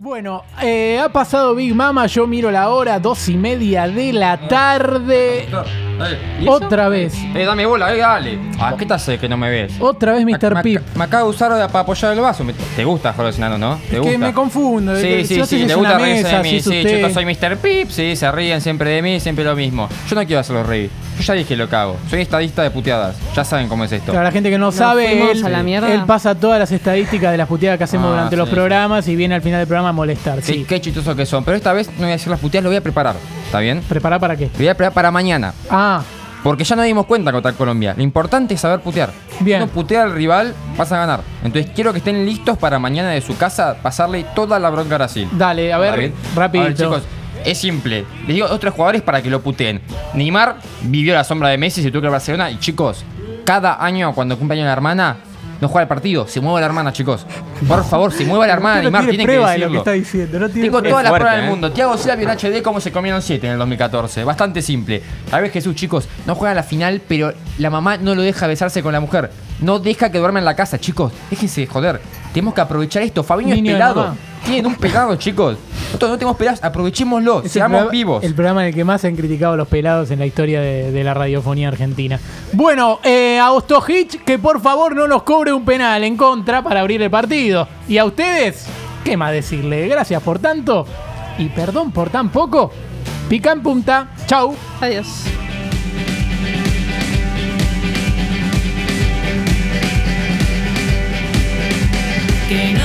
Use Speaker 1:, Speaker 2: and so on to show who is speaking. Speaker 1: Bueno, eh, ha pasado Big Mama, yo miro la hora, dos y media de la tarde.
Speaker 2: Dale.
Speaker 1: Otra vez,
Speaker 2: Eh, dame bola, eh, dale. Ah, ¿Qué te hace que no me ves?
Speaker 1: otra vez
Speaker 2: Me-
Speaker 1: Mr.
Speaker 2: me-
Speaker 1: Pip.
Speaker 2: Me acaba de usar para apoyar el vaso. Me- ¿Te gusta, Jorge Sinano, no? ¿Te
Speaker 1: Es
Speaker 2: gusta?
Speaker 1: que me confundo.
Speaker 2: Sí,
Speaker 1: eh,
Speaker 2: sí,
Speaker 1: yo sé
Speaker 2: sí,
Speaker 1: si
Speaker 2: le
Speaker 1: es
Speaker 2: gusta
Speaker 1: una
Speaker 2: reírse
Speaker 1: mesa,
Speaker 2: de
Speaker 1: si
Speaker 2: mí.
Speaker 1: es
Speaker 2: Sí,
Speaker 1: usted.
Speaker 2: yo soy Mr. Pip, sí, se ríen siempre de mí, siempre lo mismo. Yo no quiero hacerlos reír. Yo ya dije lo que hago. Soy estadista de puteadas. Ya saben cómo es esto.
Speaker 1: Para la gente que no sabe,
Speaker 3: fuimos
Speaker 1: él,
Speaker 3: a la mierda.
Speaker 1: él pasa todas las estadísticas de las puteadas que hacemos
Speaker 2: Ah,
Speaker 1: durante
Speaker 2: sí,
Speaker 1: los
Speaker 2: sí.
Speaker 1: programas y viene al final del programa a molestar.
Speaker 2: Qué,
Speaker 1: Sí.
Speaker 2: qué chistosos que son. Pero esta vez no voy a hacer las puteadas, lo voy a preparar. ¿Está bien?
Speaker 1: ¿Prepará para qué?
Speaker 2: Lo voy a preparar para mañana.
Speaker 1: Ah,
Speaker 2: Porque ya no dimos cuenta contra Colombia. Lo importante es saber putear.
Speaker 1: Bien.
Speaker 2: Si uno putea al rival, vas a ganar. Entonces quiero que estén listos para mañana de su casa pasarle toda la bronca a Brasil.
Speaker 1: dale, a
Speaker 2: ¿Está
Speaker 1: ver,
Speaker 2: bien?
Speaker 1: rapidito.
Speaker 2: A ver, chicos, es simple. Les digo otros jugadores para que lo puteen. Neymar vivió la sombra de Messi, se tuvo que ir a Barcelona. Y chicos, cada año cuando cumple año la hermana, no juega el partido. Se mueve la hermana, chicos. Por favor, se mueva la hermana de
Speaker 1: Usted no
Speaker 2: Neymar,
Speaker 1: tiene
Speaker 2: tienen que
Speaker 1: prueba de lo que
Speaker 2: decirlo.
Speaker 1: está diciendo. No tiene
Speaker 2: Tengo
Speaker 1: prueba.
Speaker 2: todas las
Speaker 4: fuerte,
Speaker 2: pruebas del
Speaker 4: ¿eh?
Speaker 2: mundo. Thiago Silva vio en HD cómo se comieron 7 en el 2014. Bastante simple. A ver, Jesús, chicos, no juega la final, pero la mamá no lo deja besarse con la mujer. No deja que duerma en la casa, chicos. Déjense de joder. Tenemos que aprovechar esto. Fabiño es
Speaker 1: Niño de
Speaker 2: pelado.
Speaker 1: mamá.
Speaker 2: Tienen un pegado, chicos. Nosotros no tenemos pegados. Aprovechémoslo.
Speaker 1: Este Es el
Speaker 2: Seamos
Speaker 1: programa-
Speaker 2: vivos.
Speaker 1: El programa en el que más se han criticado los pelados en la historia de, de la radiofonía argentina. Bueno, eh, a Augusto Hitch, que por favor no nos cobre un penal en contra para abrir el partido. Y a ustedes, ¿qué más decirle? Gracias por tanto y perdón por tan poco. Pica en punta. Chau.
Speaker 3: Adiós.
Speaker 5: Que no